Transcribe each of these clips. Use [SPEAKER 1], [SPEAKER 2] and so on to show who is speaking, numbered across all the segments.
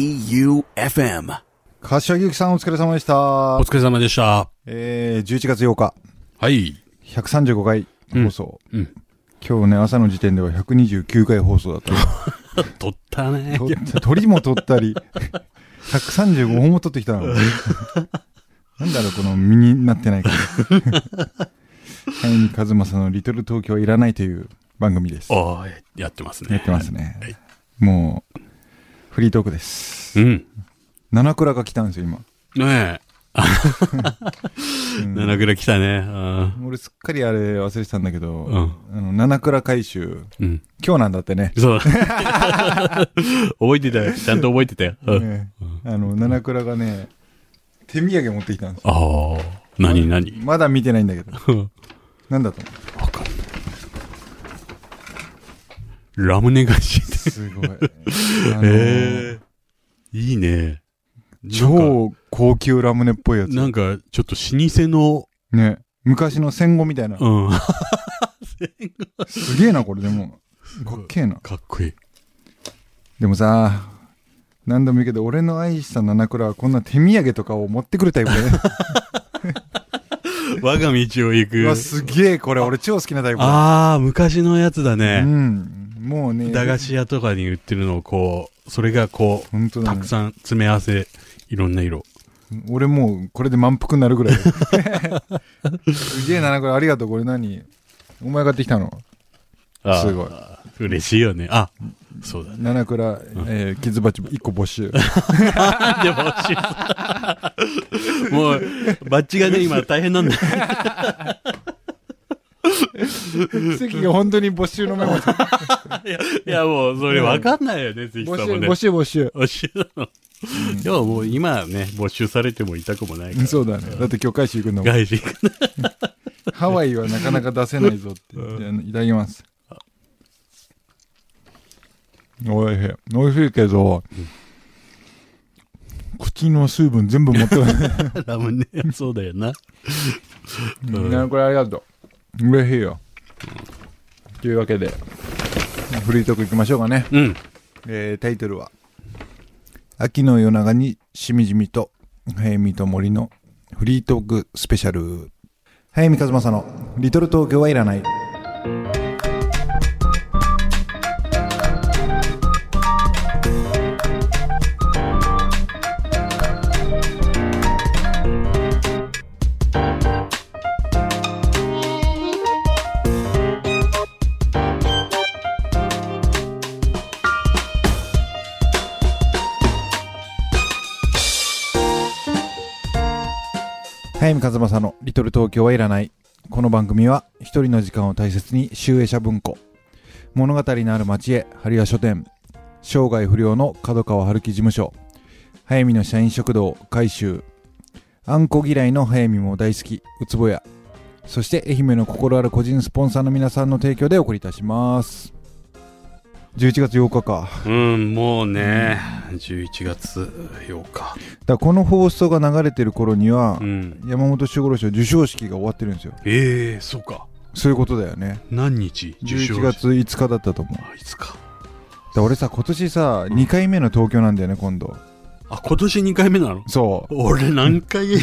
[SPEAKER 1] J-O-E-U-F-M
[SPEAKER 2] 柏木由紀さんお疲れ様でした
[SPEAKER 3] お。疲れ様でした。
[SPEAKER 2] えー、11月8日、
[SPEAKER 3] はい。
[SPEAKER 2] 135回放送。
[SPEAKER 3] うんうん
[SPEAKER 2] 今日ね、朝の時点では129回放送だ った。
[SPEAKER 3] 取ったね。
[SPEAKER 2] と鳥も取ったり、135本も取ってきた の。なんだろう、この身になってないから。早見和正のリトル東京はいらないという番組です。や
[SPEAKER 3] おーやってますね。
[SPEAKER 2] ってますね
[SPEAKER 3] はい。
[SPEAKER 2] もう、フリートークです。
[SPEAKER 3] うん。
[SPEAKER 2] 七倉が来たんですよ、今。
[SPEAKER 3] ね
[SPEAKER 2] う
[SPEAKER 3] え。
[SPEAKER 2] ん
[SPEAKER 3] 七倉来たね。うん
[SPEAKER 2] 俺すっかりあれ忘れてたんだけど、
[SPEAKER 3] うん
[SPEAKER 2] あの七倉回収、
[SPEAKER 3] うん。
[SPEAKER 2] 今日なんだってね。
[SPEAKER 3] そう。 覚えてたよ。ちゃんと覚えてたよ。うん
[SPEAKER 2] ねあの、七倉がね、手土産持ってきたんですよ。
[SPEAKER 3] ああ。何何
[SPEAKER 2] まだ見てないんだけど。なんだと思
[SPEAKER 3] ラムネ菓子。
[SPEAKER 2] うすごい。あの
[SPEAKER 3] ええ。いいね。
[SPEAKER 2] 超高級ラムネっぽいやつ。
[SPEAKER 3] なんか、ちょっと老舗の、
[SPEAKER 2] ね。昔の戦後みたいな。
[SPEAKER 3] うん。
[SPEAKER 2] すげえな、これでも。かっけえな。
[SPEAKER 3] かっこいい。
[SPEAKER 2] でもさ、何度も言うけど、俺の愛した七倉はこんな手土産とかを持ってくるタイプだね。
[SPEAKER 3] 我が道を行
[SPEAKER 2] う
[SPEAKER 3] く
[SPEAKER 2] わ、。すげえ、これ俺超好きなタイプだ。
[SPEAKER 3] ああ、昔のやつだ
[SPEAKER 2] う
[SPEAKER 3] ね。
[SPEAKER 2] ん。もうね。
[SPEAKER 3] 駄菓子屋とかに売ってるのをこう、それがこう、
[SPEAKER 2] 本当だ、
[SPEAKER 3] た
[SPEAKER 2] ね
[SPEAKER 3] く。さん詰め合わせ、いろんな色。
[SPEAKER 2] 俺もうこれで満腹になるぐらい。すげえな、これありがとう。これ何お前買ってきたの
[SPEAKER 3] あ
[SPEAKER 2] すごい。
[SPEAKER 3] 嬉しいよね。あ、そうだね。
[SPEAKER 2] 七倉、えー、キズバチ1個募
[SPEAKER 3] なん
[SPEAKER 2] 集。
[SPEAKER 3] でも欲しい。もう、バッチが ね、今大変なんだ。
[SPEAKER 2] 関が本当に募集のメ モ。募
[SPEAKER 3] いや、いやもう、それ分かんないよね、関さん
[SPEAKER 2] 集、
[SPEAKER 3] もね
[SPEAKER 2] 募。集、募集。
[SPEAKER 3] 募集なの。でももう今ね、募集されても痛くもないか
[SPEAKER 2] うん
[SPEAKER 3] ら。
[SPEAKER 2] そうだね。だって今日返し行くんだもん。
[SPEAKER 3] 外人。
[SPEAKER 2] ハワイはなかなか出せないぞって。じゃあいただきます。おいしい。おいしいけど、口の水分全部持ってない。
[SPEAKER 3] ラム ネ、そうだよな。
[SPEAKER 2] いやこれありがとう。嬉しいよ。というわけで、フリートーク行きましょうかね。
[SPEAKER 3] うん。
[SPEAKER 2] えータイトルは、秋の夜長にしみじみと、早見と森のフリートークスペシャル。早見和正の、リトル東京はいらない。早見和正の「リトル東京はいらない」この番組は一人の時間を大切に集英社文庫物語のある町へ針屋書店生涯不良の角川春樹事務所早見の社員食堂改修あんこ嫌いの早見も大好きうつぼやそして愛媛の心ある個人スポンサーの皆さんの提供でお送りいたします11月8日か
[SPEAKER 3] うん、もうね、11月8日。
[SPEAKER 2] だからこの放送が流れてる頃には
[SPEAKER 3] うん。
[SPEAKER 2] 山本守護郎賞授賞式が終わってるんですよ
[SPEAKER 3] ええそうか。
[SPEAKER 2] そういうことだよね
[SPEAKER 3] 何日受賞
[SPEAKER 2] 11月5日だったと思うだか
[SPEAKER 3] あ、いつか。
[SPEAKER 2] ら俺さ今年さ
[SPEAKER 3] ん
[SPEAKER 2] 2回目の東京なんだよね今度
[SPEAKER 3] あ、今年2回目なの
[SPEAKER 2] そう
[SPEAKER 3] 俺何回言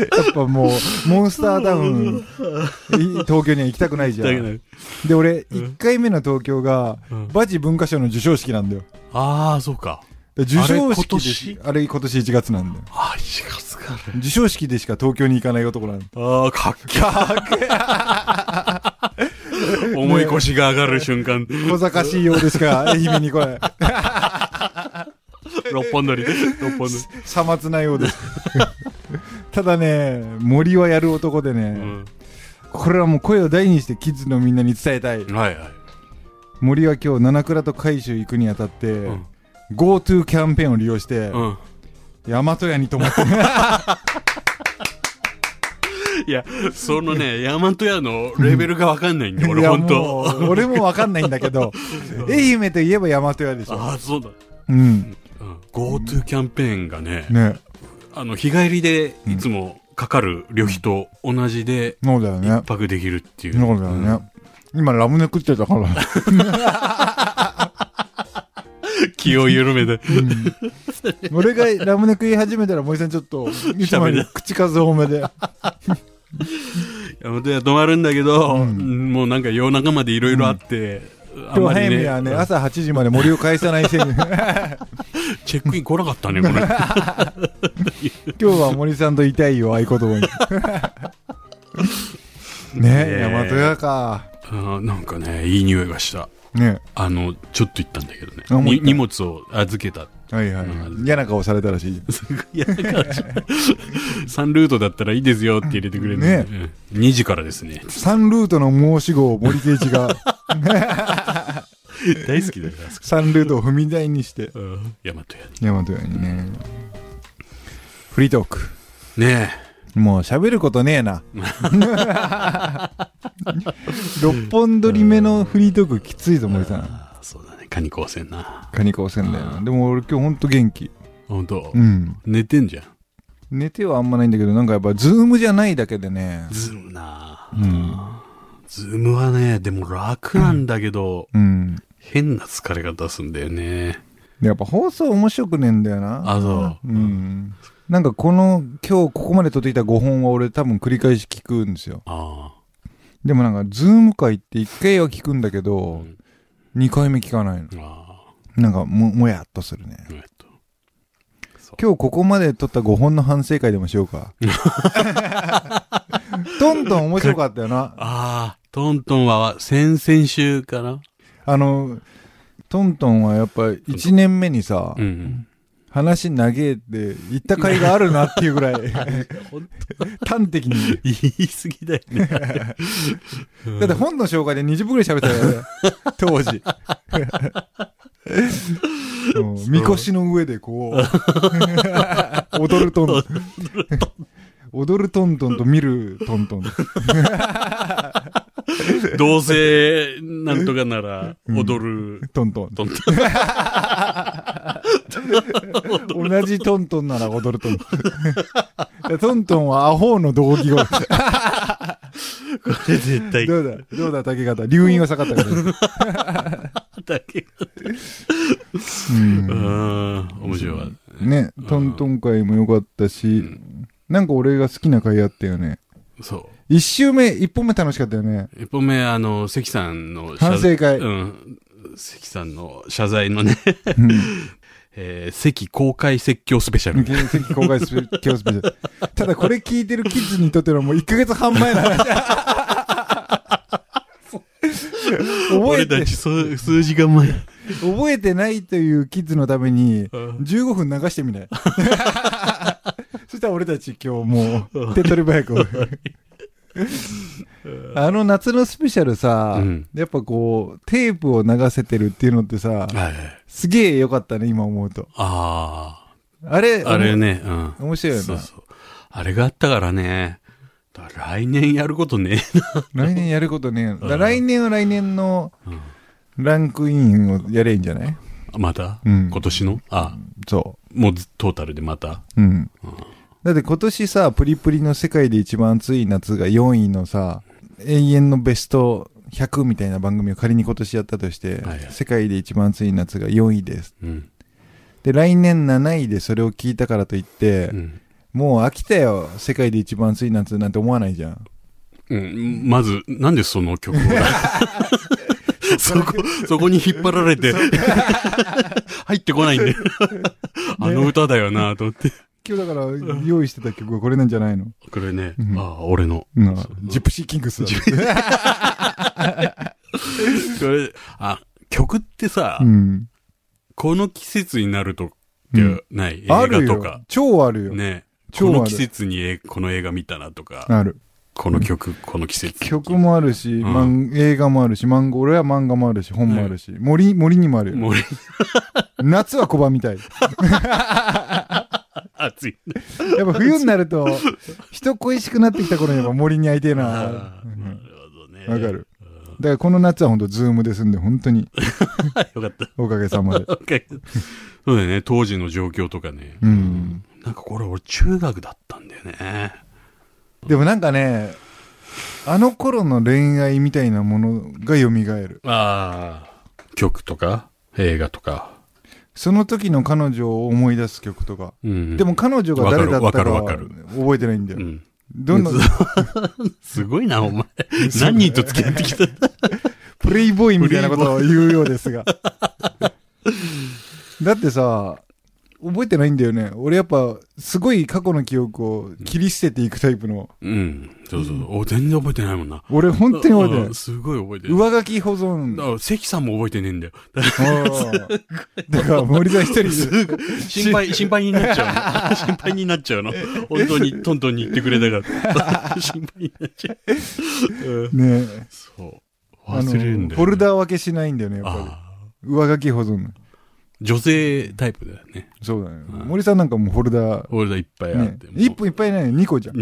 [SPEAKER 2] やっぱも うモンスターダウンい東京には行きたくないじゃ
[SPEAKER 3] うんん
[SPEAKER 2] で俺
[SPEAKER 3] うん
[SPEAKER 2] 1回目の東京がバジ文化賞の授賞式なんだよ
[SPEAKER 3] ああ、そうか。
[SPEAKER 2] で授賞式で
[SPEAKER 3] あれ今年
[SPEAKER 2] あれ今年1月なんだよ
[SPEAKER 3] ああ、1月か。
[SPEAKER 2] 授賞式でしか東京に行かない男なんだ
[SPEAKER 3] ああ、かっけ え。重い腰が上がる瞬間、
[SPEAKER 2] 小賢しいようで しか愛媛に来ない
[SPEAKER 3] 六本取り、六本取り。
[SPEAKER 2] さまつないようです ただね森はやる男でね、これはもう声を大にしてキッズのみんなに伝えたい
[SPEAKER 3] うんはいはい。
[SPEAKER 2] 森は今日七倉と海州行くにあたって、
[SPEAKER 3] ん
[SPEAKER 2] GoTo キャンペーンを利用して、
[SPEAKER 3] うん。
[SPEAKER 2] 大和屋に泊まって
[SPEAKER 3] いや、そのね、ヤマトヤのレベルがわかんないんで、
[SPEAKER 2] い
[SPEAKER 3] 俺
[SPEAKER 2] や
[SPEAKER 3] ほん
[SPEAKER 2] も
[SPEAKER 3] と。
[SPEAKER 2] う俺もわかんないんだけど愛媛といえば大和屋でしょ
[SPEAKER 3] ああ、そうだ。
[SPEAKER 2] うん
[SPEAKER 3] うん GoTo キャンペーンがね、
[SPEAKER 2] ね
[SPEAKER 3] あの、日帰りでいつもかかる旅費と同じで
[SPEAKER 2] そうだよね
[SPEAKER 3] 一泊できるっていう。
[SPEAKER 2] そうだよね、今ラムネ食ってたから
[SPEAKER 3] 気を緩めて。
[SPEAKER 2] うん俺がラムネ食い始めたら森さんちょっといつもより口数多めで
[SPEAKER 3] 本当には止まるんだけど、
[SPEAKER 2] うん
[SPEAKER 3] もうなんか夜中までいろいろあって、あん
[SPEAKER 2] 今日
[SPEAKER 3] ま
[SPEAKER 2] 早
[SPEAKER 3] り
[SPEAKER 2] 見
[SPEAKER 3] ね
[SPEAKER 2] はね朝8時まで森を返さない せいに今
[SPEAKER 3] チェックイン来なかったね、これ。
[SPEAKER 2] 日は森さんといたいよ合言葉にね
[SPEAKER 3] ね
[SPEAKER 2] え
[SPEAKER 3] え
[SPEAKER 2] 大和屋か
[SPEAKER 3] あなんかね、いい匂いがした。
[SPEAKER 2] ね
[SPEAKER 3] あの、ちょっと行ったんだけどね
[SPEAKER 2] あ。もう行
[SPEAKER 3] に
[SPEAKER 2] った
[SPEAKER 3] 荷物を預けた。
[SPEAKER 2] はいはいはい嫌な顔されたらしい
[SPEAKER 3] いや、なんか、サンルートだったらいいですよって入れてくれる、
[SPEAKER 2] ね
[SPEAKER 3] うん2時からですね。
[SPEAKER 2] 三ルートの申し子を森圭一 が
[SPEAKER 3] 大好きだよ、あそこ
[SPEAKER 2] 三ルートを踏み台にして
[SPEAKER 3] うん大和屋
[SPEAKER 2] 大和屋にねフリートーク
[SPEAKER 3] に。ね
[SPEAKER 2] もう喋ることねえ な。六本取り目のフリートークきついぞ、森さん。
[SPEAKER 3] あそうだね、カニ高専な。
[SPEAKER 2] カニカオせんだよな。でも俺今日ほんと元気。
[SPEAKER 3] 本当、
[SPEAKER 2] うん。
[SPEAKER 3] 寝てんじゃん。
[SPEAKER 2] 寝てはあんまないんだけど、なんかやっぱズームじゃないだけでね。
[SPEAKER 3] ズームな
[SPEAKER 2] うん。
[SPEAKER 3] ズームはね、でも楽なんだけど、
[SPEAKER 2] うん。
[SPEAKER 3] 変な疲れ方すんだよね。
[SPEAKER 2] でやっぱ放送面白くねえんだよな。
[SPEAKER 3] あ、そう。
[SPEAKER 2] うん。なんかこの、今日ここまで撮ってきた5本は俺多分繰り返し聞くんですよ。
[SPEAKER 3] あ
[SPEAKER 2] でもなんかズーム会って1回は聞くんだけ
[SPEAKER 3] あ。う
[SPEAKER 2] ど、
[SPEAKER 3] ん
[SPEAKER 2] 2回目聞かないの。
[SPEAKER 3] あ
[SPEAKER 2] なんかも、もやっとするね。
[SPEAKER 3] あ。えっと。そう
[SPEAKER 2] 今日ここまで撮った5本の反省会でもしよ うか。トントン面白かったよな。
[SPEAKER 3] ああ、トントンは先々週かな
[SPEAKER 2] あの、トントンはやっぱ1年目にさ、
[SPEAKER 3] うん。
[SPEAKER 2] 話長えって言った甲斐があるなっていうぐらい、
[SPEAKER 3] 本
[SPEAKER 2] 端的に。
[SPEAKER 3] 言い過ぎだよね。
[SPEAKER 2] だって本の紹介で20分ぐらい喋ってたよね、 当時。うんみこしの上でこう、踊るトントン。踊るトントンと見るトントン。
[SPEAKER 3] どうせ、なんとかなら、踊る。
[SPEAKER 2] トントン。
[SPEAKER 3] トント
[SPEAKER 2] 同じトントンなら踊るトントンいや。トントンはアホの同義語。
[SPEAKER 3] これ絶対
[SPEAKER 2] どうだどうだ竹方。留飲が下がった から。
[SPEAKER 3] だけど。
[SPEAKER 2] うん
[SPEAKER 3] うん、面白い。
[SPEAKER 2] ね、トントン会も良かったし、なんか俺が好きな会あったよね。
[SPEAKER 3] そ
[SPEAKER 2] 一周目、一本目楽しかったよね。
[SPEAKER 3] う。一本目、あの、関さんの謝
[SPEAKER 2] 反省会。う
[SPEAKER 3] うんん。関さんの謝罪のね、 えー、関公開説教スペシャル。
[SPEAKER 2] 原石公開スペ教スペシャルただこれ聞いてるキッズにとってのもう1ヶ月半前の 話。覚え
[SPEAKER 3] 俺
[SPEAKER 2] て
[SPEAKER 3] た、ち数数時間前。
[SPEAKER 2] 覚えてないというキッズのために、15分流してみ ないそしたら俺たち今日もう手っ取り早くあの夏のスペシャルさ、
[SPEAKER 3] うん
[SPEAKER 2] やっぱこうテープを流せてるっていうのってさ
[SPEAKER 3] はい。
[SPEAKER 2] すげえ良かったね今思うと
[SPEAKER 3] あ
[SPEAKER 2] あれ
[SPEAKER 3] あ。あれね、うん。
[SPEAKER 2] 面白いよ
[SPEAKER 3] そう
[SPEAKER 2] な
[SPEAKER 3] そう。あれがあったからね。だから来年やることね。
[SPEAKER 2] 来年やることねだ
[SPEAKER 3] うん
[SPEAKER 2] 来年は来年のランクインをやればいいんじゃない
[SPEAKER 3] また、
[SPEAKER 2] うん
[SPEAKER 3] 今年のあ、
[SPEAKER 2] そ
[SPEAKER 3] もうずトータルでまた。
[SPEAKER 2] ううんだって今年さプリプリの世界で一番暑い夏が4位のさ永遠のベスト100みたいな番組を仮に今年やったとして、
[SPEAKER 3] はいはい
[SPEAKER 2] 世界で一番暑い夏が4位です
[SPEAKER 3] うん。
[SPEAKER 2] で来年7位でそれを聞いたからといって、
[SPEAKER 3] うん。
[SPEAKER 2] もう飽きたよ世界で一番暑い夏なんて思わないじゃん
[SPEAKER 3] うん、まず、なんでその曲 をそこ、そこに引っ張られて、入ってこないんで。あの歌だよなと思って。
[SPEAKER 2] 今日だから用意してた曲はこれなんじゃないの、
[SPEAKER 3] これね、
[SPEAKER 2] うん
[SPEAKER 3] ああ、俺の。
[SPEAKER 2] うん、ジプシーキングスだ
[SPEAKER 3] これ、あ、曲ってさ、
[SPEAKER 2] うん、
[SPEAKER 3] この季節になるとってない、
[SPEAKER 2] あ
[SPEAKER 3] 映
[SPEAKER 2] る
[SPEAKER 3] 画
[SPEAKER 2] よ
[SPEAKER 3] とか。
[SPEAKER 2] 超あるよ、
[SPEAKER 3] ね。
[SPEAKER 2] 超あ
[SPEAKER 3] こ
[SPEAKER 2] る
[SPEAKER 3] の季節にえこの映画見たなとか。
[SPEAKER 2] ある
[SPEAKER 3] この曲、この季節。
[SPEAKER 2] 曲もあるし、
[SPEAKER 3] ん
[SPEAKER 2] マン映画もあるし漫画俺は漫画もあるし本もあるし、森森にもあるよ
[SPEAKER 3] もう俺、
[SPEAKER 2] 夏は小判みたい。や
[SPEAKER 3] 暑い。
[SPEAKER 2] っぱ冬になると、人恋しくなってきた頃にやっぱ森に会いてえな
[SPEAKER 3] あ。ー なるほどね。
[SPEAKER 2] わかる。だからこの夏は本当ズームですんで、本当に
[SPEAKER 3] あ。 よかった。
[SPEAKER 2] おかげ さまで。
[SPEAKER 3] わかるそうだよね、当時の状況とかね。
[SPEAKER 2] うん。
[SPEAKER 3] なんかこれ俺中学だったんだよね。
[SPEAKER 2] でもなんかね、あの頃の恋愛みたいなものが蘇る。
[SPEAKER 3] ああ。曲とか、映画とか。
[SPEAKER 2] その時の彼女を思い出す曲とか。
[SPEAKER 3] うん。
[SPEAKER 2] でも彼女が誰だった
[SPEAKER 3] わ
[SPEAKER 2] か
[SPEAKER 3] かる
[SPEAKER 2] は
[SPEAKER 3] わかるわ
[SPEAKER 2] 覚えてないんだ
[SPEAKER 3] う
[SPEAKER 2] よ。
[SPEAKER 3] ん。
[SPEAKER 2] どんな、
[SPEAKER 3] すごいな、お前。何人と付き合ってきた
[SPEAKER 2] プレイボーイみたいなことを言うようです が。だってさ、覚えてないんだよね。俺やっぱ、すごい過去の記憶を切り捨てていくタイプの。
[SPEAKER 3] うん。そうそう。お、全然覚えてないもんな。
[SPEAKER 2] 俺本当に覚えてない
[SPEAKER 3] うん。すごい覚えてない。
[SPEAKER 2] 上書き保存。
[SPEAKER 3] だから関さんも覚えてねえんだよ。だか
[SPEAKER 2] うん だから森田一人
[SPEAKER 3] らす
[SPEAKER 2] で。
[SPEAKER 3] ごい心 配、心配になっちゃうの。心配になっちゃうの。本当にトントンに言ってくれた から。心配になっちゃう。うん
[SPEAKER 2] ね
[SPEAKER 3] そう。
[SPEAKER 2] あ
[SPEAKER 3] 忘
[SPEAKER 2] の、
[SPEAKER 3] れるんだよ、ね。
[SPEAKER 2] フォルダー分けしないんだよね、やっぱ
[SPEAKER 3] ああ。
[SPEAKER 2] り。上書き保存。
[SPEAKER 3] 女性タイプだよね。
[SPEAKER 2] そうだね。
[SPEAKER 3] うん
[SPEAKER 2] 森さんなんかもうフォルダ
[SPEAKER 3] フォルダいっぱいあっ
[SPEAKER 2] ね
[SPEAKER 3] て。、
[SPEAKER 2] 一本いっぱいないの2個じゃん。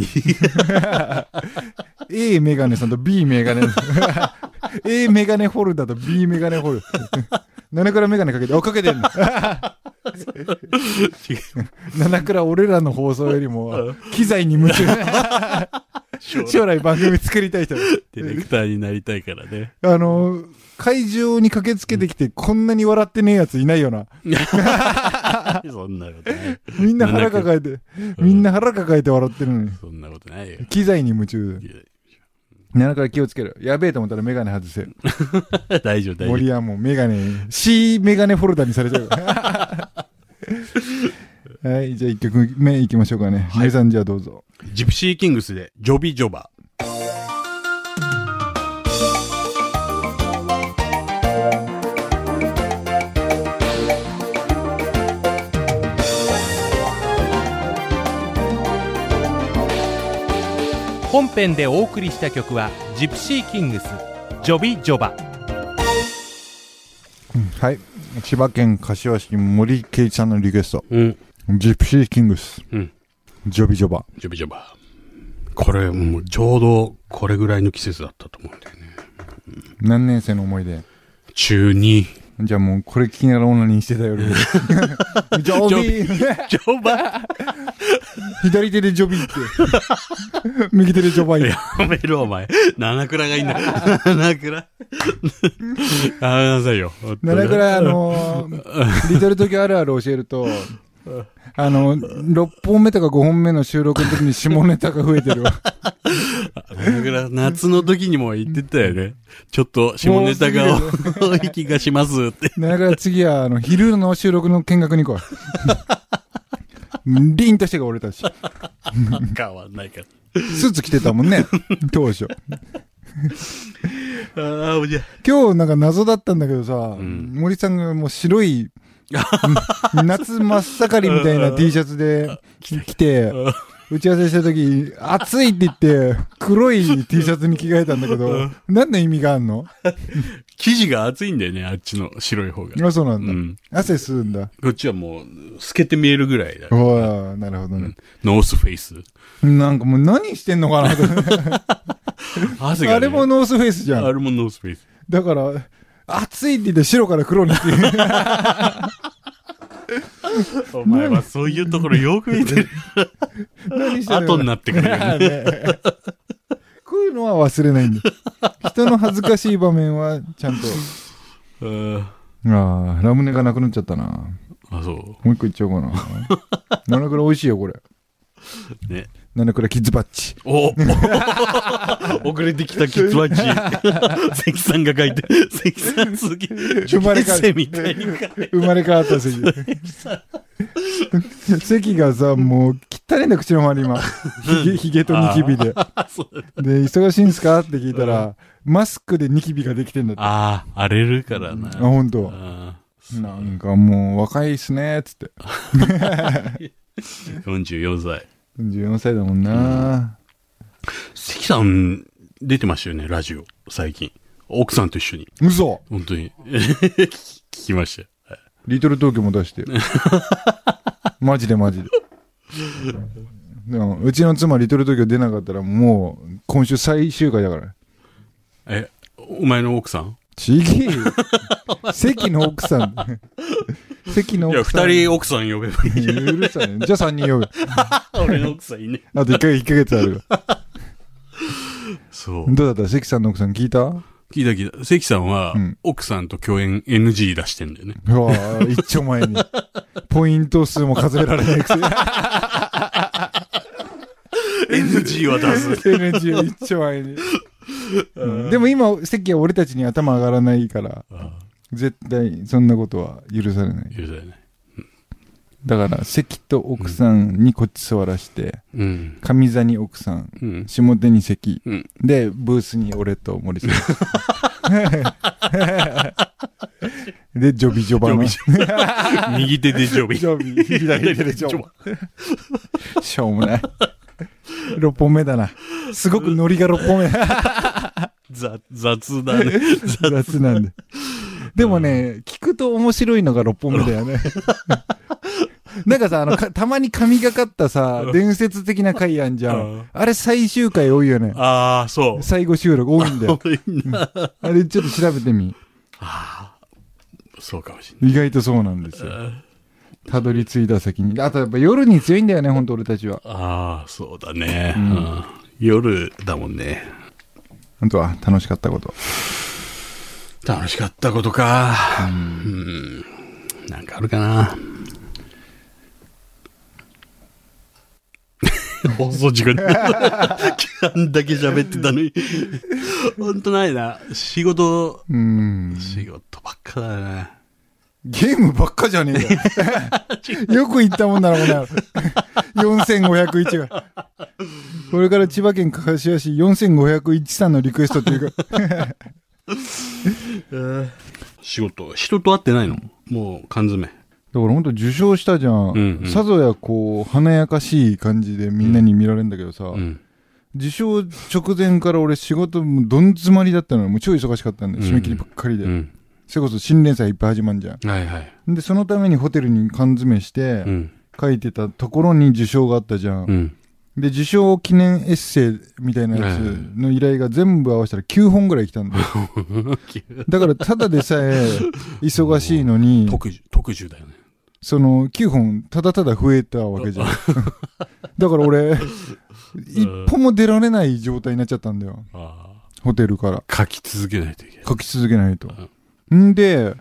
[SPEAKER 2] A メガネさんと B メガネ さん。A メガネホルダーと B メガネホルダー。7からメ ガネかけて、あ、かけてんの。7から俺らの放送よりも、機材に夢中。
[SPEAKER 3] 将来
[SPEAKER 2] 将来番組作りたい人。
[SPEAKER 3] ディレクターになりたいから ね。
[SPEAKER 2] あの、会場に駆けつけてきて、こんなに笑ってねえやついないよな。
[SPEAKER 3] そんなことない。
[SPEAKER 2] みんな腹抱えて、みんな腹抱えて笑ってるのに。
[SPEAKER 3] そんなことないよ。
[SPEAKER 2] 機材に夢中。7から気をつける。やべえと思ったらメガネ外せ。
[SPEAKER 3] 大丈夫、大丈
[SPEAKER 2] 森はもうメガネ、C メガネフォルダにされちゃう。 はい、じゃあ一曲目いきましょうかね。はい、さんじゃあどうぞ。
[SPEAKER 3] 夫。ジプシーキングスで、ジョビジョバ。
[SPEAKER 1] 本編でお送りした曲はジプシーキングスジョビジョバ
[SPEAKER 2] はい、千葉県柏市森圭一さんのリクエスト。
[SPEAKER 3] うん。
[SPEAKER 2] ジプシーキングス。
[SPEAKER 3] うん
[SPEAKER 2] ジョビジョバ。
[SPEAKER 3] ジョビジョバ。これ、もうちょうどこれぐらいの季節だったと思うんだよね。
[SPEAKER 2] 何年生の思い出。
[SPEAKER 3] 中2。
[SPEAKER 2] じゃあもうこれ聞きながらオナニーしてたよ。 俺ジョビ
[SPEAKER 3] ジョバ
[SPEAKER 2] 左手でジョビ って。右手でジョバ イ。
[SPEAKER 3] やめろ、お前。七倉がいいんだ。七倉。やめなさいよ。
[SPEAKER 2] 七倉、あのーリトル時あるある教えると、あの、6本目とか5本目の収録の時に下ネタが増えてるわ。
[SPEAKER 3] 七倉、夏の時にも言ってたよね。ちょっと下ネタが多い気がしますって。
[SPEAKER 2] 七倉次は、あの、昼の収録の見学に行こう。凛としてが俺たち。
[SPEAKER 3] 変わんないから。
[SPEAKER 2] スーツ着てたもんね。当初。
[SPEAKER 3] ああ、おじゃ。
[SPEAKER 2] 今日なんか謎だったんだけどさ、
[SPEAKER 3] ん
[SPEAKER 2] 森さんがもう白 い、夏真っ盛りみたいな T シャツで着て、打ち合わせした時、暑いって言って、黒い T シャツに着替えたんだけど、何の意味があんの
[SPEAKER 3] 生地が厚いんだよね、あっちの白い方が。
[SPEAKER 2] あ、そうな
[SPEAKER 3] うん
[SPEAKER 2] だ。
[SPEAKER 3] ん。
[SPEAKER 2] 汗吸うんだ。
[SPEAKER 3] こっちはもう、透けて見えるぐらいだ。
[SPEAKER 2] おーなるほどね。
[SPEAKER 3] ノースフェイス。
[SPEAKER 2] なんかもう何してんのかなと思って
[SPEAKER 3] 汗が、ね。
[SPEAKER 2] あれもノースフェイスじゃ
[SPEAKER 3] あ
[SPEAKER 2] ん。
[SPEAKER 3] れもノースフェイス。
[SPEAKER 2] だから、暑いって言って白から黒に って。
[SPEAKER 3] お前はそういうところよく見 てる。
[SPEAKER 2] 何してんの
[SPEAKER 3] 後になってからよね。
[SPEAKER 2] こういうのは忘れないんだ。人の恥ずかしい場面はちゃんと。
[SPEAKER 3] うん
[SPEAKER 2] ああ、ラムネがなくなっちゃったな。
[SPEAKER 3] あ、そ
[SPEAKER 2] もう一個いっちゃおうかな。七倉美味しいよ、これ。
[SPEAKER 3] う。ね。
[SPEAKER 2] 七倉キッズバッチ。
[SPEAKER 3] お 遅れてきたキッズワ ッチ。関さんが書いて、関さんすげえ、
[SPEAKER 2] 生まれ変わ
[SPEAKER 3] エッセイみたいに書いて。
[SPEAKER 2] 生まれ変わった席。席がさ、もう汚いんだ、口の周り今。ひげ、ひげとニキビで。で、
[SPEAKER 3] あ、そう
[SPEAKER 2] 忙しいんすかって聞いたら、マスクでニキビができてんだって。あ、
[SPEAKER 3] あー、荒れるからな。
[SPEAKER 2] ほんと。
[SPEAKER 3] あ
[SPEAKER 2] なんかもう若いっすね、つって。
[SPEAKER 3] ー44歳。
[SPEAKER 2] 14歳だもんな。
[SPEAKER 3] 関さん、出てましたよね、ラジオ、最近。奥さんと一緒に。
[SPEAKER 2] 嘘
[SPEAKER 3] 本当に。 聞きましたよ。
[SPEAKER 2] リトル東京も出し てる。マジでマジで。でもうちの妻、リトル東京出なかったら、もう、今週最終回だから。
[SPEAKER 3] え、お前の奥さん
[SPEAKER 2] ちぎ えよ関の奥さん。関の
[SPEAKER 3] いや、
[SPEAKER 2] 奥さ
[SPEAKER 3] 二
[SPEAKER 2] ん。
[SPEAKER 3] 人奥さん呼べばいい。
[SPEAKER 2] 人。うるさいね。じゃあ3人呼ぶ。
[SPEAKER 3] 俺の奥さんいね。
[SPEAKER 2] あと1ヶ月、1ヶ月あるよ。
[SPEAKER 3] そう。
[SPEAKER 2] どうだった関さんの奥さん聞いた
[SPEAKER 3] 聞いた聞いた。関さんは、
[SPEAKER 2] うん
[SPEAKER 3] 奥さんと共演 NG 出してんだよね。
[SPEAKER 2] うわぁ一丁 前に。ポイント数も数えられないくせに。
[SPEAKER 3] NG は出す。
[SPEAKER 2] NG を一丁前に。うんでも今、席は俺たちに頭上がらないから、
[SPEAKER 3] あ
[SPEAKER 2] 絶対そんなことは許されな
[SPEAKER 3] あ
[SPEAKER 2] い。
[SPEAKER 3] 許されない。
[SPEAKER 2] だから、席と奥さんにこっち座らして、
[SPEAKER 3] うん。
[SPEAKER 2] 上座に奥さん、
[SPEAKER 3] うん。
[SPEAKER 2] 下手に関、
[SPEAKER 3] うん
[SPEAKER 2] で、ブースに俺と森 さん。で、ジョビジョバの。
[SPEAKER 3] ジ右手でジョビ。
[SPEAKER 2] ジョビ、左手でジョバ。しょうもない。6本目だな。すごくノリが6本目。
[SPEAKER 3] 雑、雑だね。
[SPEAKER 2] 雑なんで。でもね、聞くと面白いのが6本目だよね。なんかさ、あの、かたまに神がかったさ
[SPEAKER 3] う、ん
[SPEAKER 2] 伝説的な回やんじゃ
[SPEAKER 3] うんん。
[SPEAKER 2] あれ最終回多いよね。
[SPEAKER 3] ああ、そう。
[SPEAKER 2] 最後収録多いんだよ。
[SPEAKER 3] あ
[SPEAKER 2] あれちょっと調べてみ。
[SPEAKER 3] あそうかもしれ
[SPEAKER 2] 意外とそうなんですよ。
[SPEAKER 3] ない。
[SPEAKER 2] たどり着いた先に。あとやっぱ夜に強いんだよね、ほんと俺たちは。
[SPEAKER 3] ああ、そうだね、
[SPEAKER 2] うん
[SPEAKER 3] うん夜だもんね。
[SPEAKER 2] 本当は楽しかったこと。
[SPEAKER 3] 楽しかったことか。うん。なんかあるかな。 放送事故に。あんだけ喋ってたのに。ほんとないな。仕事、
[SPEAKER 2] うん。
[SPEAKER 3] 仕事ばっかだね。
[SPEAKER 2] ゲームばっかじゃねえか よく言ったもんだな、この野郎4501が。これから千葉県柏市4501さんのリクエストっていうか、
[SPEAKER 3] 仕事、人と会ってないのもう缶詰。
[SPEAKER 2] だから本当受賞したじゃん。
[SPEAKER 3] うんうん
[SPEAKER 2] さぞやこう、華やかしい感じでみんなに見られるんだけどさ、
[SPEAKER 3] うん。
[SPEAKER 2] 受賞直前から俺仕事もどん詰まりだったのよもう超忙しかったんで、
[SPEAKER 3] うん
[SPEAKER 2] 締め切りばっかりで。
[SPEAKER 3] うん。
[SPEAKER 2] それこそ新連載いっぱい始まんじゃ
[SPEAKER 3] はいはい。
[SPEAKER 2] ん。で、そのためにホテルに缶詰して
[SPEAKER 3] う、ん。
[SPEAKER 2] 書いてたところに受賞があったじゃん。
[SPEAKER 3] うん。
[SPEAKER 2] で、受賞記念エッセイみたいなやつの依頼が全部合わせたら9本ぐらい来たん だよ。だから、ただでさえ忙しいの に、
[SPEAKER 3] 特需、特需だよね。
[SPEAKER 2] その9本、ただただ増えたわけじゃん。 だから俺、一歩も出られない状態になっちゃったんだよ。
[SPEAKER 3] あ
[SPEAKER 2] ホテルから。
[SPEAKER 3] あ。書き続けないといけない。
[SPEAKER 2] 書き続けないと。んで、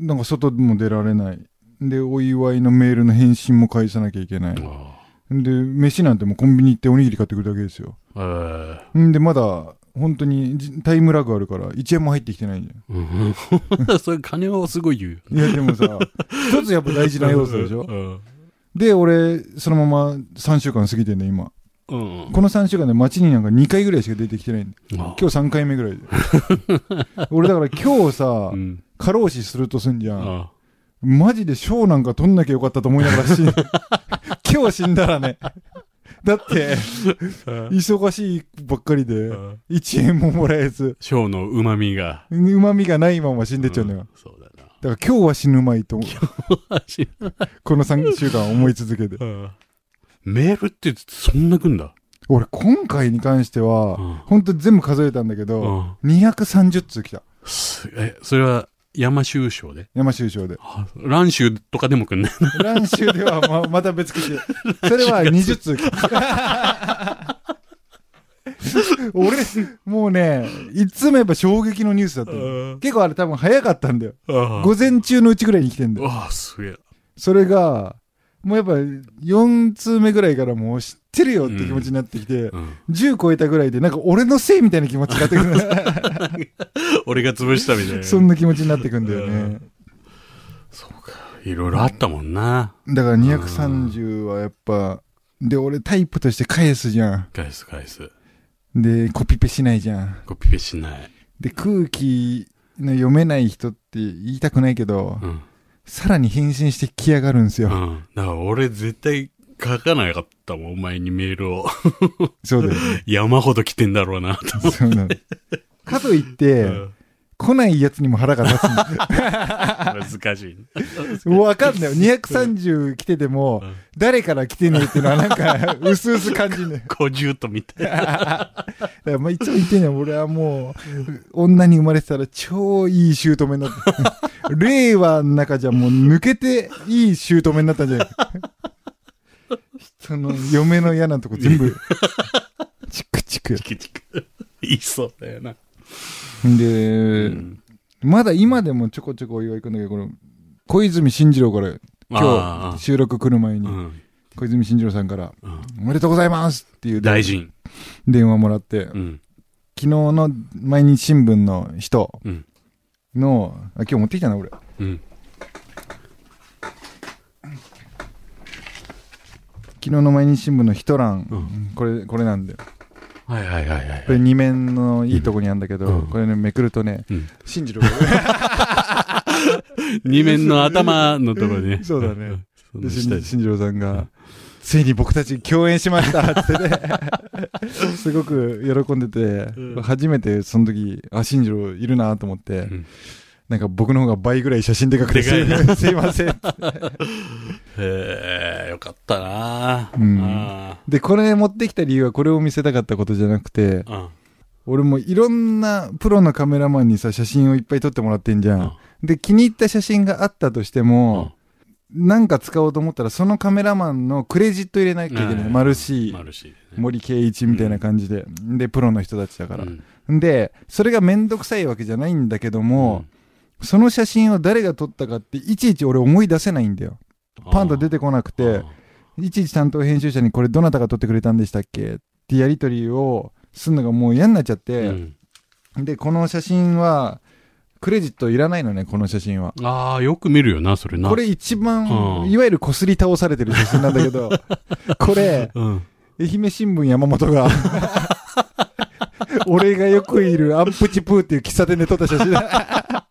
[SPEAKER 2] なんか外も出られない。で、お祝いのメールの返信も返さなきゃいけない。
[SPEAKER 3] あ
[SPEAKER 2] で、飯なんてもうコンビニ行っておにぎり買ってくるだけですよ。
[SPEAKER 3] あ。え
[SPEAKER 2] んで、まだ、本当にじタイムラグあるから、1円も入ってきてないじゃ
[SPEAKER 3] えうん。 それ金はすごい言う。
[SPEAKER 2] ん。いや、でもさ、一つやっぱ大事な要素でしょ
[SPEAKER 3] うん
[SPEAKER 2] で、俺、そのまま3週間過ぎてんね、今。
[SPEAKER 3] うん。うん。
[SPEAKER 2] この3週間で街になんか2回ぐらいしか出てきてないんだ
[SPEAKER 3] あ
[SPEAKER 2] 今日3回目ぐらいで。俺だから今日さ
[SPEAKER 3] あう、ん。
[SPEAKER 2] 過労死するとすんじゃん。
[SPEAKER 3] あ
[SPEAKER 2] マジで賞なんか取んなきゃよかったと思いながら死ん今日死んだらね。だって、
[SPEAKER 3] あ。
[SPEAKER 2] 忙しいばっかりで、1円ももらえず、
[SPEAKER 3] ショーの旨味が。
[SPEAKER 2] 旨味がないまま死んでっちゃうのよ。
[SPEAKER 3] んそうだな。
[SPEAKER 2] だから今日は死ぬまいと、この3週間思い続けて。
[SPEAKER 3] メールってそんな来んだ。
[SPEAKER 2] 俺、今回に関して
[SPEAKER 3] う
[SPEAKER 2] は、
[SPEAKER 3] ん
[SPEAKER 2] ほんと全部数えたんだけ
[SPEAKER 3] う
[SPEAKER 2] ど、
[SPEAKER 3] ん。
[SPEAKER 2] 230通来た。
[SPEAKER 3] すえ、それは山州賞で。。
[SPEAKER 2] 山州賞で
[SPEAKER 3] あ蘭州とかでも来んね。
[SPEAKER 2] 蘭州で はままた別口で。それは20通来た。俺、もうね、いつもやっぱ衝撃のニュースだったの。結構あれ多分早かったんだよ。
[SPEAKER 3] あ
[SPEAKER 2] 午前中のうちぐらいに来てんだよ
[SPEAKER 3] ああ、すげえ。
[SPEAKER 2] それが、もうやっぱ4通目ぐらいからもう知ってるよって気持ちになってきて、
[SPEAKER 3] うん
[SPEAKER 2] 10超えたぐらいでなんか俺のせいみたいな気持ちになって くるんだ
[SPEAKER 3] 俺が潰したみたいな。
[SPEAKER 2] そんな気持ちになってくんだよね。
[SPEAKER 3] いろいろあったもんな。
[SPEAKER 2] だから230はやっぱ、で、俺タイプとして返すじゃ
[SPEAKER 3] 返す返す。
[SPEAKER 2] ん。で、コピペしないじゃん。
[SPEAKER 3] コピペしない。
[SPEAKER 2] で、空気の読めない人って言いたくないけど
[SPEAKER 3] う、ん。
[SPEAKER 2] さらに返信してきやがるんです
[SPEAKER 3] うん。だ
[SPEAKER 2] よ。
[SPEAKER 3] から俺絶対書かなかったもん、お前にメー ルを。
[SPEAKER 2] そうだよ ね。
[SPEAKER 3] 山ほど来てんだろうな、と思っ。
[SPEAKER 2] そうなの。かといってて、来ないやつにも腹が立つんだ
[SPEAKER 3] 難しい。
[SPEAKER 2] わかんないよ。230来てても
[SPEAKER 3] うん、
[SPEAKER 2] 誰から来てねえっていうのはなんか、うすうす感じね。
[SPEAKER 3] 50とみたいな。
[SPEAKER 2] だからまあいつも言ってんねん。俺はもう、女に生まれてたら超いい姑になった。令和の中じゃもう抜けていい姑になったんじゃない人の嫁の嫌なとこ全部、チクチクや。
[SPEAKER 3] チクチク。いそうだよな。
[SPEAKER 2] で、まだ今でもちょこちょこお祝いくんだけど、この、小泉進次郎から、今
[SPEAKER 3] あ
[SPEAKER 2] 日収録来る前に
[SPEAKER 3] ー、うん
[SPEAKER 2] 小泉進次郎さんから、
[SPEAKER 3] うん
[SPEAKER 2] おめでとうございますっていう
[SPEAKER 3] 大臣。
[SPEAKER 2] 電話もらって、
[SPEAKER 3] うん。
[SPEAKER 2] 昨日の毎日新聞の人
[SPEAKER 3] うん。
[SPEAKER 2] の、あ今日持ってきたな、俺。
[SPEAKER 3] うん。
[SPEAKER 2] 昨日の毎日新聞の一欄、
[SPEAKER 3] う
[SPEAKER 2] これ、これなんだよ。
[SPEAKER 3] はいはいはいはい
[SPEAKER 2] こ。れ二面のいいとこにあるんだけど、
[SPEAKER 3] うん
[SPEAKER 2] これね、めくるとね、
[SPEAKER 3] うん
[SPEAKER 2] 進次郎が
[SPEAKER 3] 二面の頭のところね。
[SPEAKER 2] そうだね。
[SPEAKER 3] そ
[SPEAKER 2] で
[SPEAKER 3] の
[SPEAKER 2] 進
[SPEAKER 3] 下
[SPEAKER 2] 次
[SPEAKER 3] に
[SPEAKER 2] 進次郎さんが、ついに僕たち共演しましたって ね、すごく喜んでて、
[SPEAKER 3] うん
[SPEAKER 2] 初めてその時、あ、進次郎いるなと思って、
[SPEAKER 3] ん
[SPEAKER 2] なんか僕の方が倍ぐらい写真でかくて、
[SPEAKER 3] でかい
[SPEAKER 2] すいません。
[SPEAKER 3] へえ、よかったな
[SPEAKER 2] うん
[SPEAKER 3] あ
[SPEAKER 2] で、これ持ってきた理由はこれを見せたかったことじゃなくて、
[SPEAKER 3] ーうん
[SPEAKER 2] 俺もいろんなプロのカメラマンにさ、写真をいっぱい撮ってもらってんじゃん。で、気に入った写真があったとしても、なんか使おうと思ったら、そのカメラマンのクレジット入れなきゃいけない。
[SPEAKER 3] うん
[SPEAKER 2] マルシー、
[SPEAKER 3] マルシーね
[SPEAKER 2] 森圭一みたいな感じで。で、プロの人たちだから
[SPEAKER 3] う。ん
[SPEAKER 2] で、それがめんどくさいわけじゃないんだけども、その写真を誰が撮ったかって、いちいち俺思い出せないんだよ。パンと出てこなくて、、いちいち担当編集者にこれどなたが撮ってくれたんでしたっけってやりとりをするのがもう嫌になっちゃっ
[SPEAKER 3] あー
[SPEAKER 2] て、で、この写真は、クレジットいらないのね、この写真は。
[SPEAKER 3] うんあー、よく見るよな、それな。
[SPEAKER 2] これ一番、
[SPEAKER 3] うん
[SPEAKER 2] いわゆる擦り倒されてる写真なんだ けど、これ、
[SPEAKER 3] うん、
[SPEAKER 2] 愛媛新聞山本 が、俺がよくいるアンプチプーっていう喫茶店で撮った写真だ。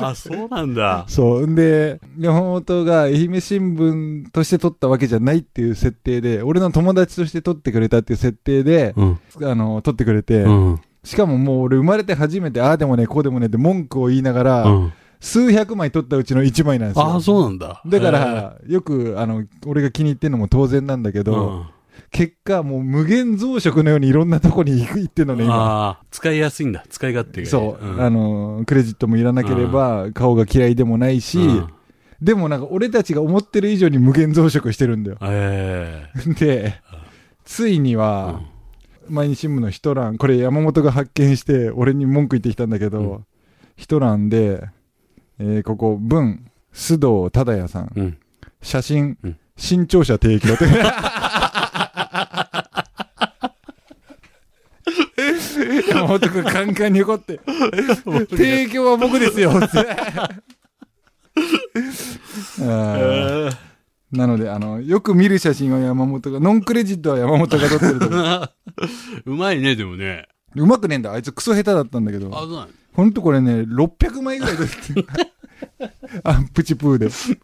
[SPEAKER 3] あ、 そうなんだ。
[SPEAKER 2] そう。んで、山本が愛媛新聞として撮ったわけじゃないっていう設定で、俺の友達として撮ってくれたっていう設定で、
[SPEAKER 3] うん。
[SPEAKER 2] あの、撮ってくれて、
[SPEAKER 3] うん。
[SPEAKER 2] しかももう俺生まれて初めて、ああでもね、こうでもねって文句を言いながら、
[SPEAKER 3] うん
[SPEAKER 2] 数百枚撮ったうちの1枚なんですよ。
[SPEAKER 3] ああ、そうなんだ。
[SPEAKER 2] だから、よく、あの、俺が気に入ってんのも当然なんだけ
[SPEAKER 3] へー、
[SPEAKER 2] ど、結果、もう無限増殖のようにいろんなとこに行く行ってんの
[SPEAKER 3] う
[SPEAKER 2] ね、
[SPEAKER 3] ん、
[SPEAKER 2] 今。
[SPEAKER 3] ああ、使いやすいんだ。使い勝手がいい。
[SPEAKER 2] そう、
[SPEAKER 3] ん
[SPEAKER 2] あの、クレジットもいらなければ、顔が嫌いでもないし、
[SPEAKER 3] うん
[SPEAKER 2] でもなんか俺たちが思ってる以上に無限増殖してるんだよ。
[SPEAKER 3] ええ
[SPEAKER 2] で、ついには、毎日新聞の一欄、これ山本が発見して、俺に文句言ってきたんだけど、
[SPEAKER 3] うん
[SPEAKER 2] 一欄で、えーここ、文、須藤忠也さん、
[SPEAKER 3] うん。うん
[SPEAKER 2] 写真、
[SPEAKER 3] うん
[SPEAKER 2] 新潮社 提供って。山本君カンカンに怒って、提供は僕ですよって。
[SPEAKER 3] え
[SPEAKER 2] あー
[SPEAKER 3] ー
[SPEAKER 2] なので、あの、よく見る写真は山本が、ノンクレジットは山本が撮ってると 思う。
[SPEAKER 3] うまいね、でもね。
[SPEAKER 2] うまくねえんだ。あいつクソ下手だったんだけ
[SPEAKER 3] あ、そ
[SPEAKER 2] ど。
[SPEAKER 3] うなん
[SPEAKER 2] ほんとこれね、600枚ぐらい撮ってる。あ、 プチプー で。は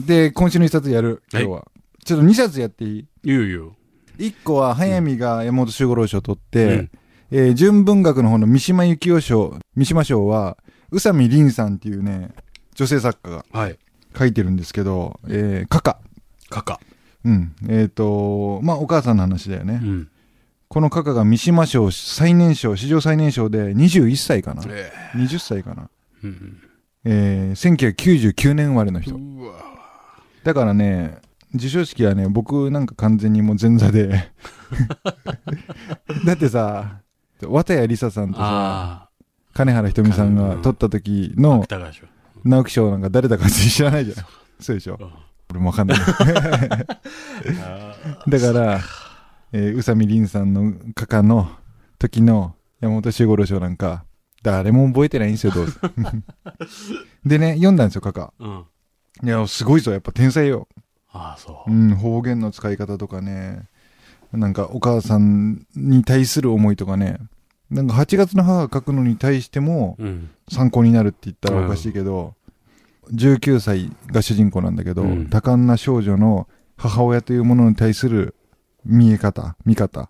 [SPEAKER 2] い。で、今週の一冊やる、今日は。ちょっと2冊やっていい
[SPEAKER 3] 言うよ。
[SPEAKER 2] ?1 個は、早見が山本周五郎賞取って、
[SPEAKER 3] うん
[SPEAKER 2] えー純文学の方の三島由紀夫賞、三島賞は、宇佐美凛さんっていうね、女性作家が
[SPEAKER 3] はい。
[SPEAKER 2] 書いてるんですけど、えー、カカ。
[SPEAKER 3] カカ。
[SPEAKER 2] うん。えっ、と、まあ、お母さんの話だよね。
[SPEAKER 3] うん。
[SPEAKER 2] このカカが三島賞最年少、史上最年少で21歳かな
[SPEAKER 3] え
[SPEAKER 2] ?20 歳かな
[SPEAKER 3] えうん。
[SPEAKER 2] えー、1999年生まれの人。
[SPEAKER 3] うわ
[SPEAKER 2] だからね、授賞式はね、僕なんか完全にもう前座 で。だってさ、綿谷りささんとさ、
[SPEAKER 3] あ
[SPEAKER 2] 金原ひとみさんが撮った時の
[SPEAKER 3] あ、高橋。
[SPEAKER 2] 直木賞なんか誰だか知らないじゃん。そうでしょ
[SPEAKER 3] うん
[SPEAKER 2] 俺もわか んない。だから、えー宇佐美凛さんのカカの時の山本周五郎賞なんか、誰も覚えてないんですよ、どう せ。でね、読んだんですよ、カカ。
[SPEAKER 3] うん。あ
[SPEAKER 2] いや、すごいぞ、やっぱ天才よ。
[SPEAKER 3] あ、そうう。
[SPEAKER 2] ん、方言の使い方とかね、なんかお母さんに対する思いとかね、なんか8月の母が書くのに対しても
[SPEAKER 3] うん。
[SPEAKER 2] 参考になるって言ったらおかしいけど、19歳が主人公なんだけど、
[SPEAKER 3] うん
[SPEAKER 2] 多感な少女の母親というものに対する見え方、見方。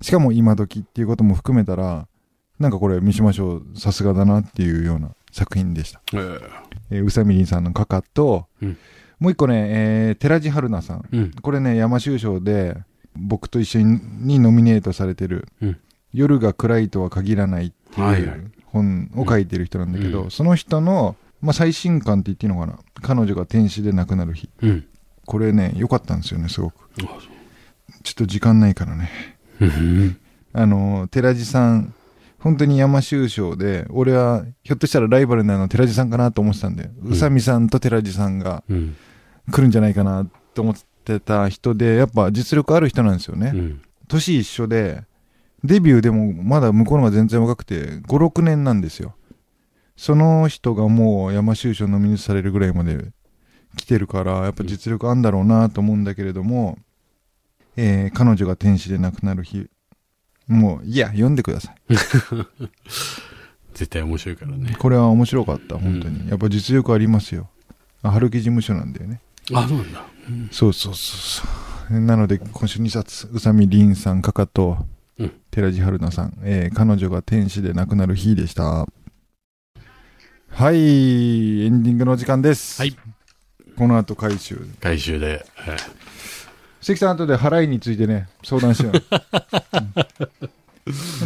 [SPEAKER 2] しかも今時っていうことも含めたら、なんかこれ三島賞さすがだなっていうような作品でした。
[SPEAKER 3] ええ
[SPEAKER 2] えー、宇佐美りんさんのカカと、
[SPEAKER 3] うん
[SPEAKER 2] もう一個ね、えー、寺地春奈さん。
[SPEAKER 3] うん。
[SPEAKER 2] これね、山州賞で、僕と一緒にノミネートされてる、
[SPEAKER 3] うん
[SPEAKER 2] 夜が暗いとは限らないって
[SPEAKER 3] はい
[SPEAKER 2] い
[SPEAKER 3] はいう
[SPEAKER 2] 本を書いてる人なんだけど、
[SPEAKER 3] うん
[SPEAKER 2] その人の、まあ、最新刊って言っていいのかな。彼女が天使で亡くなる日。
[SPEAKER 3] うん。
[SPEAKER 2] これね、良かったんですよね、すごく。
[SPEAKER 3] ああ、そう
[SPEAKER 2] ちょっと時間ないからね。
[SPEAKER 3] うん。
[SPEAKER 2] あの、寺地さん、本当に山修章で、俺はひょっとしたらライバルなの寺地さんかなと思ってたんで、
[SPEAKER 3] ん
[SPEAKER 2] 宇佐美さんと寺地さんが
[SPEAKER 3] うん。
[SPEAKER 2] 来るんじゃないかなと思ってた人で、やっぱ実力ある人なんですよね。
[SPEAKER 3] うん。
[SPEAKER 2] 年一緒で、デビューでもまだ向こうの方が全然若くて、5、6年なんですよ。その人がもう山修章ノミネートされるぐらいまで来てるから、やっぱ実力あんだろうなと思うんだけれども、えー彼女が天使で亡くなる日、もう、いや、読んでください。
[SPEAKER 3] 絶対面白いからね。
[SPEAKER 2] これは面白かった、本当に。
[SPEAKER 3] うん
[SPEAKER 2] やっぱ実力ありますよ。あ春樹事務所なんだよね。
[SPEAKER 3] あ、そうなんだ。うん
[SPEAKER 2] そうそうそうそう。なので、今週2冊、宇佐美凛さん、かかと
[SPEAKER 3] うん、
[SPEAKER 2] 寺地春奈さん、えー彼女が天使で亡くなる日でした。はい、エンディングの時間です。
[SPEAKER 3] はい
[SPEAKER 2] この後回収。
[SPEAKER 3] 回収で。はい
[SPEAKER 2] 関さん後で払いについてね、相談 しよう。うん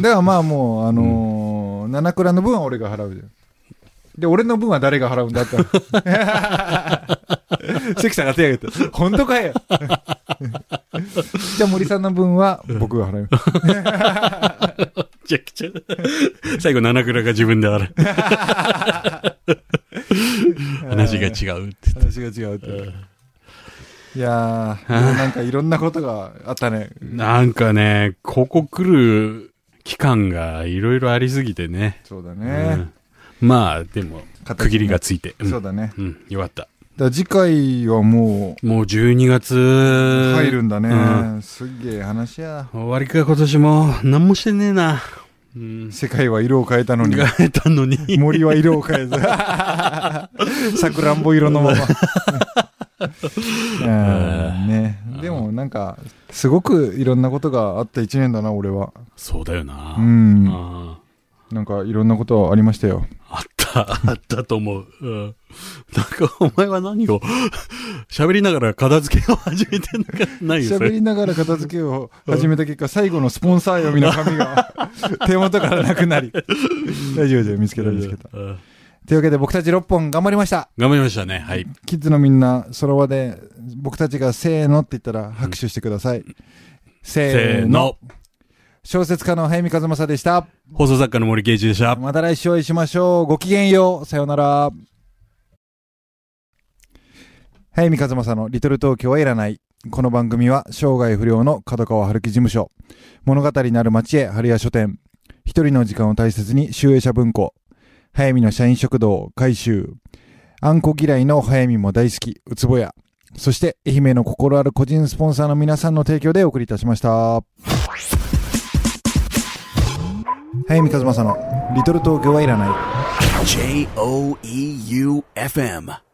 [SPEAKER 2] だからまあもう、あのー七倉の分は俺が払うじゃん。で、俺の分は誰が払うんだ って。関さんが手挙げた。本当かよ。じゃあ森さんの分は僕が払う。
[SPEAKER 3] めちゃくちゃ。最後、七倉が自分である。話が違うって。
[SPEAKER 2] 話が違うって。いやー、もうなんかいろんなことがあったね。
[SPEAKER 3] なんかね、ここ来る期間がいろいろありすぎてね。
[SPEAKER 2] そうだ
[SPEAKER 3] う
[SPEAKER 2] ね
[SPEAKER 3] ん。まあ、でも、
[SPEAKER 2] 形
[SPEAKER 3] 区切りがついて。うん
[SPEAKER 2] そうだね。
[SPEAKER 3] うん、よかった。
[SPEAKER 2] だから次回はもう、
[SPEAKER 3] もう12月。
[SPEAKER 2] 入るんだね、
[SPEAKER 3] う
[SPEAKER 2] すっげえ話や
[SPEAKER 3] 終わりか、今年も。何もしてねえな。うん。
[SPEAKER 2] 世界は色を変えたのに
[SPEAKER 3] 考えたのに。
[SPEAKER 2] 森は色を変 えずさくらんぼ色のままうんね、でもなんかすごくいろんなことがあった一年だな俺は
[SPEAKER 3] そうだよな。
[SPEAKER 2] う
[SPEAKER 3] うんん
[SPEAKER 2] なんかいろんなことありましたよ
[SPEAKER 3] あった、あったと思う。うん。なんか、お前は何を喋りながら片付けを始めてんのかないよ、そ
[SPEAKER 2] 喋
[SPEAKER 3] れ。
[SPEAKER 2] りながら片付け を始めた結果最後のスポンサー読みの紙が 手元からなくな り大丈夫大丈夫見つけた見つけた
[SPEAKER 3] うん
[SPEAKER 2] というわけで僕たち6本頑張りました
[SPEAKER 3] 頑張りましたね。はい。
[SPEAKER 2] キッズのみんな、その場で、僕たちがせーのって言ったら拍手してください。せ
[SPEAKER 3] せ
[SPEAKER 2] ー
[SPEAKER 3] ー
[SPEAKER 2] の。
[SPEAKER 3] の。
[SPEAKER 2] 小説家の早見和正でした。
[SPEAKER 3] 放送作家の森圭一でした。
[SPEAKER 2] また来週お会いしましょう。ごきげんよう。さようなら。早見和正のリトル東京はいらない。この番組は生涯不良の角川春樹事務所。物語なる町へ春屋書店。一人の時間を大切に集英社文庫。早見の社員食堂改修。あんこ嫌いの早見も大好き、うつぼや。そして愛媛の心ある個人スポンサーの皆さんの提供でお送りいたしました。早見和正のリトル東京はいらない。
[SPEAKER 4] J O E U F M.